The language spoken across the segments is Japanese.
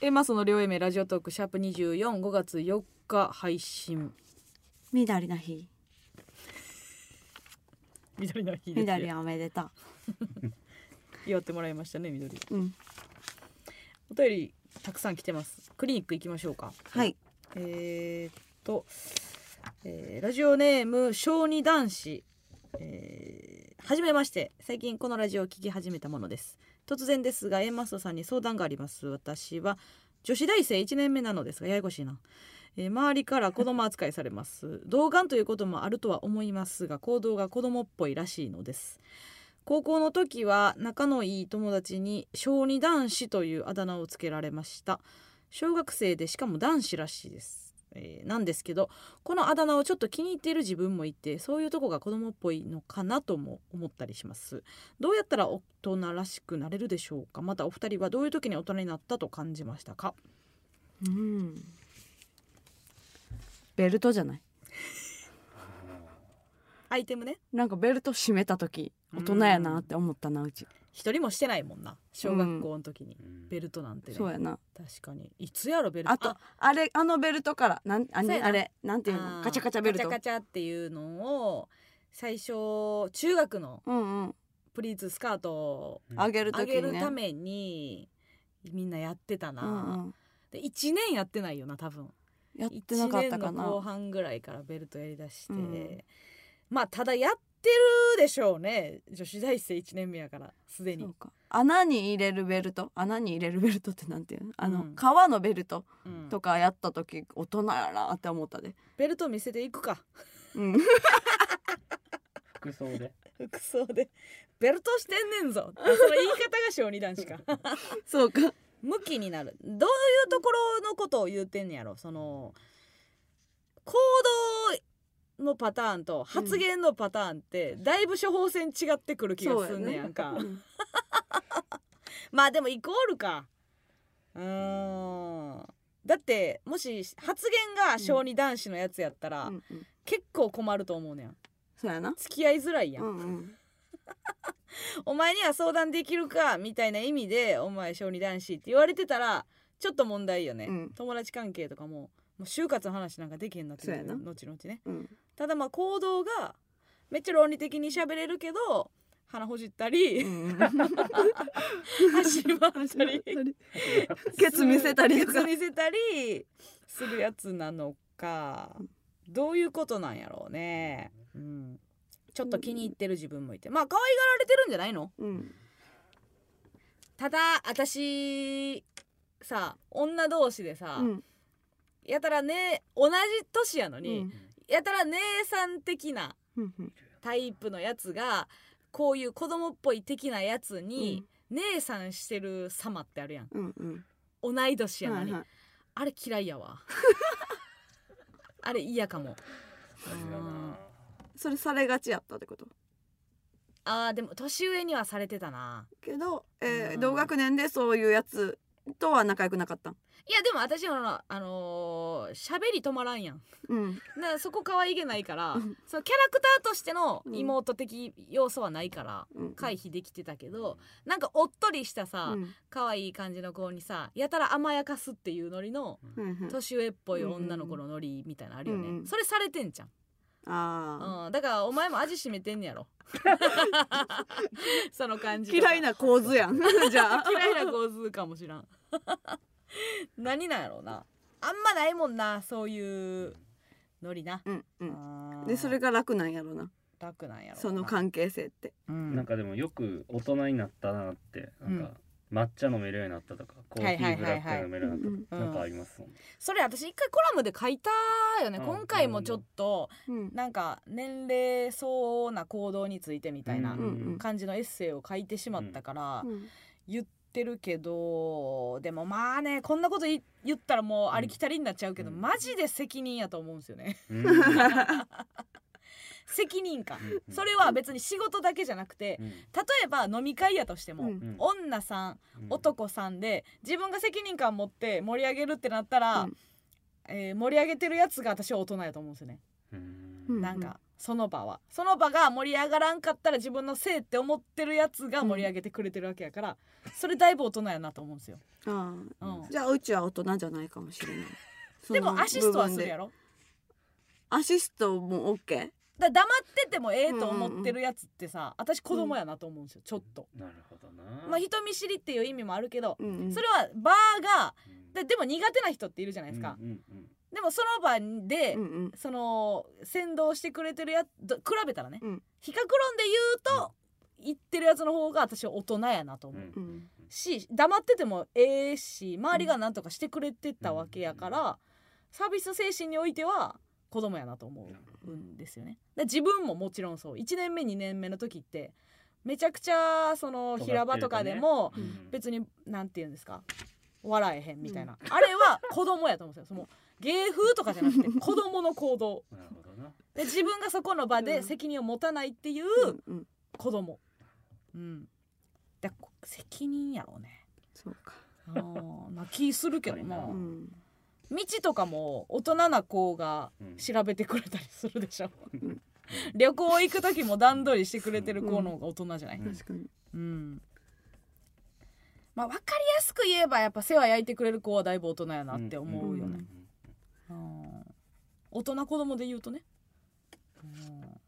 エマスの両英名ラジオトークシャープ245月4日配信緑の日緑の日です緑おめでとう祝ってもらいましたね緑うんお便りたくさん来てますクリニック行きましょうかはいえーっと、えーラジオネーム小児男子、えーはじめまして最近このラジオを聞き始めたものです突然ですが A マストさんに相談があります私は女子大生1年目なのですがややこしいな、えー周りから子供扱いされます童顔ということもあるとは思いますが行動が子供っぽいらしいのです高校の時は仲のいい友達に小児男子というあだ名をつけられました小学生でしかも男子らしいです、えーなんですけどこのあだ名をちょっと気に入っている自分もいてそういうとこが子供っぽいのかなとも思ったりしますどうやったら大人らしくなれるでしょうかまたお二人はどういう時に大人になったと感じましたかうんベルトじゃないアイテムねなんかベルト締めた時大人やなって思ったなうち一人もしてないもんな小学校の時に、うんベルトなんてねそうやな確かにいつやろベルトあとあれあのベルトからなんあそうやれなあれなんていうあのーガチャガチャベルトガチャガチャっていうのを最初中学のうんうんプリーツスカートをあげる上時げにるねためにみんなやってたな、うんうんで1年やってないよな多分やってなかった1か年の後な半ぐらいからベルトやりだして、うんまあただやってるでしょうね女子大生1年目やからすでにそうか穴に入れるベルト穴に入れるベルトってなんていうのあの、うん革のベルトうんとかやった時大人やなって思ったでベルト見せていくかうん服装で服装でベルトしてんねんぞその言い方が小児男子か そうか向きになるどういうところのことを言うてんねやろその行動のパターンと発言のパターンってだいぶ処方箋違ってくる気がすんねやんか、そうやねうん まあでもイコールかうーんだってもし発言が小児男子のやつやったら、うんうん結構困ると思うねんそうやな付き合いづらいやん、うんうんお前には相談できるかみたいな意味でお前小児男子って言われてたらちょっと問題よね、うん友達関係とかももう就活の話なんかできへんなってくるそうやな後々ねうんただまあ行動がめっちゃ論理的に喋れるけど鼻ほじったり、うん足回ったり ケツ見せたりとかケツ見せたりするやつなのかどういうことなんやろうね、うん、ちょっと気に入ってる自分もいてまあ可愛がられてるんじゃないのうんただ私さ女同士でさ、うんやたらね同じ年やのうに、んやたら姉さん的なうんうんタイプのやつがこういう子供っぽい的なやつに、姉さんしてる様ってあるやんうんうん同い年やのに、はいはいあれ嫌いや わあれ嫌かもさすがだなそれされがちやったってことあーでも年上にはされてたなけど、うえー、ん同学年でそういうやつとは仲良くなかったんいやでも私ほらあのー喋、り止まらんやんうんだからそこ可愛げないからうんそのキャラクターとしての妹的要素はないからうん回避できてたけどなんかおっとりしたさ、うん可愛い感じの子にさやたら甘やかすっていうノリのうんうん年上っぽい女の子のノリみたいなのあるよね、うんうんそれされてんじゃん、あうん、だからお前も味しめてんね やろその感ーじとか嫌いな構図やんじゃあ嫌いな構図かもしらん 何なんやろうなあんまないもんなそういうノリな、うんうんあーでそれが楽なんやろな楽なんやろうなその関係性ってうんなんかでもよく大人になったなってなんか抹茶飲めるようになったとかコーヒーブラック飲めるようになったとかはいはいはいはいなんかありますもんそれ私一回コラムで書いたよねあ今回もちょっとうんなんか年齢相応な行動についてみたいなうんうん感じのエッセイを書いてしまったからうん言ってるけどでもまあねこんなことい言ったらもうありきたりになっちゃうけどうんマジで責任やと思うんですよ ねうんうん責任感う んそれは別に仕事だけじゃなくてうん例えば飲み会やとしても、うんうん女さん男さんで自分が責任感持って盛り上げるってなったら、うんえー盛り上げてるやつが私は大人やと思うんですよね、うんうんなんかその場はその場が盛り上がらんかったら自分のせいって思ってるやつが盛り上げてくれてるわけやから、それだいぶ大人やなと思うんですよ、ああうんうんじゃあうちは大人じゃないかもしれない。そでのもアシストは部分すでるやろアシストもオッケー。だから黙っててもええと思ってるやつってさ、私子供やなと思うんですよちょっと、なるほどな。まあ人見知りっていう意味もあるけど、うんうんそれはバーがうんででも苦手な人っているじゃないですか、うんうんうんでもその場で、うんうんその先導してくれてるやつと比べたらね、うん比較論で言うと、言ってるやつの方が私は大人やなと思う、うんうんし黙っててもええし周りが何とかしてくれてたわけやから、サービス精神においては子供やなと思うんですよね。だから自分ももちろんそう1年目2年目の時ってめちゃくちゃその平場とかでもうん別に何て言うんですか笑えへんみたいな、あれは子供やと思うんですよ。その芸風とかじゃな くて子供の行動なるほどな。で自分がそこの場うでん責任を持たないっていううんうん子供うんだからこ責任やろうねそうか。あーまあ気するけどなううん道とかも大人な子がうん調べてくれたりするでしょ、ん旅行行く時も段取りしてくれてる子の方が大人じゃない、うん確かに。うんまあ分かりやすく言えばやっぱ世話焼いてくれる子はだいぶ大人やなって思うよね、うん大人子供で言うとね、うん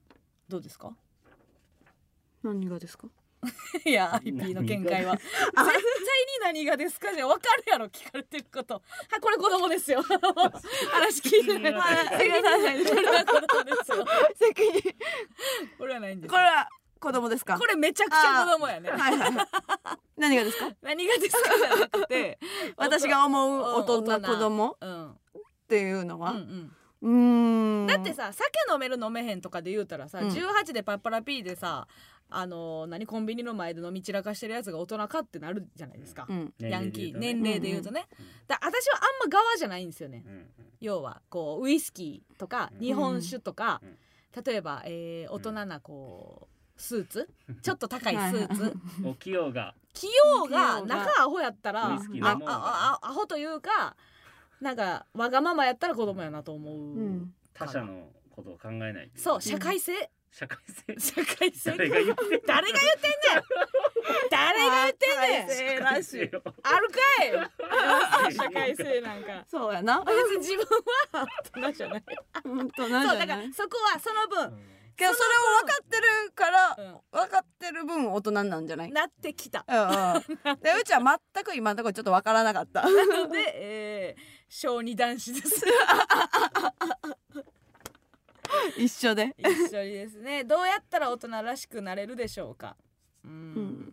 どうですか何がですか。 いや IP の見 解は絶対に何がですかじゃ分かるやろ聞かれてることはいこれ子供 ですよ話聞いてない責任ないこれは子供ですよ責任。これはないんですこれは子供ですか。これめちゃくちゃ子供やねはいはいはい。何がですか。何がですかじゃなくて 私が思う大人うん大人子供っうん、うんていうのうは。ん、うーん。だってさ酒飲める飲めへんとかで言うたらさ、うん18でパッパラピーでさあのー何コンビニの前で飲み散らかしてるやつが大人かってなるじゃないですか、うん。ヤンキー年齢齢でで言言ううととね、だ私はあんま側じゃないんですよね、うんうん要はこうウイスキーとかうん日本酒とか、うん例えば、えー、大人なこうスーツちょっと高いスー はいツうんお器用が器用が器用が中アホやったらウあイスキーあ飲もうああアホというかなんかわがままやったら子供やなと思う、うん。他者のことを考えない。そう社会性、社会 性。社会性誰が言ってんねん誰が言ってんねん誰が言ってんねんねらしい。あるかい 社会性なんか そうやな。別に自分 は大人じゃない本当そなうんじゃだかならい。そこはその分けどそれを分かってるから、うん分かってる分大人なんじゃないなってきた。うん うん、でうちは全く今のところちょっと分からなかったなので、えー、小児男子 です。 一緒で、一緒にですね。どうやったら大人らしくなれるでしょうか。う。うんん、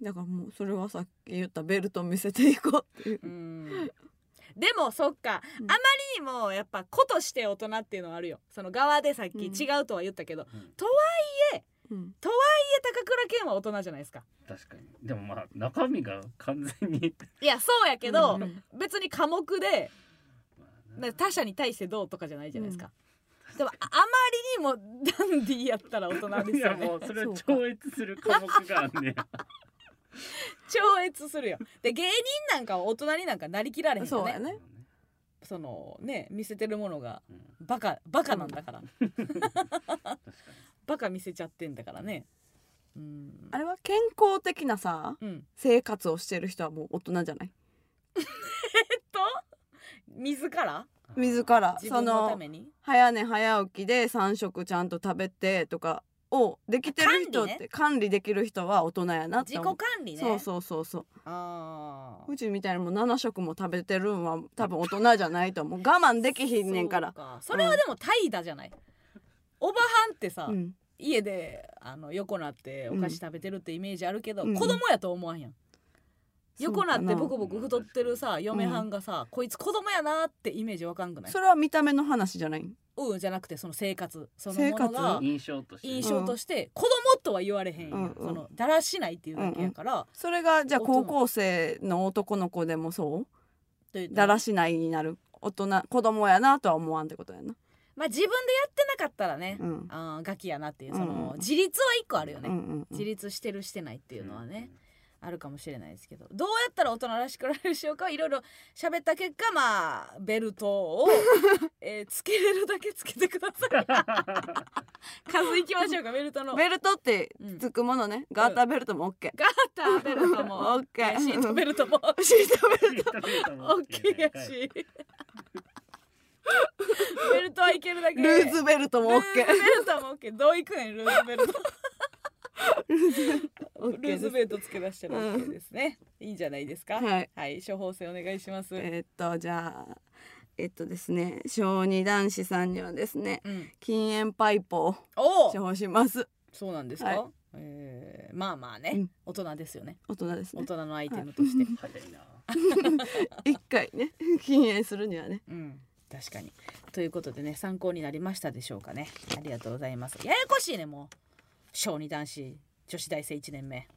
だからもうそれはさっき言ったベルト見せていこうっていううんでもそっか、うんあまりにもやっぱ子として大人っていうのはあるよその側でさっきうん違うとは言ったけど、うん、家高倉健は大人じゃないですか確かに。でもまあ中身が完全 に。いやそうやけど、うんうん別に科目でまあななんか他者に対してどうとかじゃないじゃないですか、でもああまりにもダンディーやったら大人でいすよやねもうそれを超越する科目があんね超越するよで芸人なんかは大人になんかなりきられへんそようねやそねのね見せてるものがうんバカバカなんだから、確かバカ見せちゃってんだからねうんあれは健康的なさうん生活をしてる人はもう大人じゃないと自らに自ら自そ分のたのめに早寝早起きで3食ちゃんと食べてとかをできてる人って管理できる人は大人やなって自己思管う理ねそうそうそうそうあーうちみたいにもう7食も食べてるんは多分大人じゃないと思う我慢できひんねんからそうそれはでも怠惰じゃない、おばはんってさ、うん家であの横なってお菓子食べてるってイメージあるけど、うん子供やと思わんやん、横なってボコボコ太ってるさ嫁うんはんがさ、こいつ子供やなってイメージわかんくないそれは見た目の話じゃないうんじゃなくてその生活そのものが印象としてね印象として子供とは言われへんやん、うんうんそのだらしないっていうだけやから、それがじゃあ大人高校生の男の子でもそといううだらしないになる大人子供やなとは思わんってことやなまあ自分でやってなかったらね、うんあーガキやなっていうその、うん自立は一個あるよね、うんうんうん自立してるしてないっていうのはね、あるかもしれないですけどどうやったら大人らしくなれるしようかいろいろ喋った結果まあベルト を、えーつけれるだけつけてくだ さい 数いきましょうかベル トのベルトってうんつくものね、ガーターベルトもオッケガーターベル トもオッケー シートベルトもー。シートベルト。オッケーや しベルトはいけるだけルーズベルトもオッケールー。ズベルトもオッケーどういくねんルーズベルトオ ッルーケーでズす。ベルトつけ出したら OK ですね、いいんじゃないですかはい。はい、処方箋お願いします、えーっとじゃあえっとですね小児男子さんにはですねうん、禁煙パイプをお処お方します。そうなんですか、はいえーまあまあね、うん大人ですよね大人で す大ね。人のアイテムとして、早いな一回ね禁煙するにはね。うん確かにということでね参考になりましたでしょうかねありがとうございますややこしいねもう小児男子女子大生1年目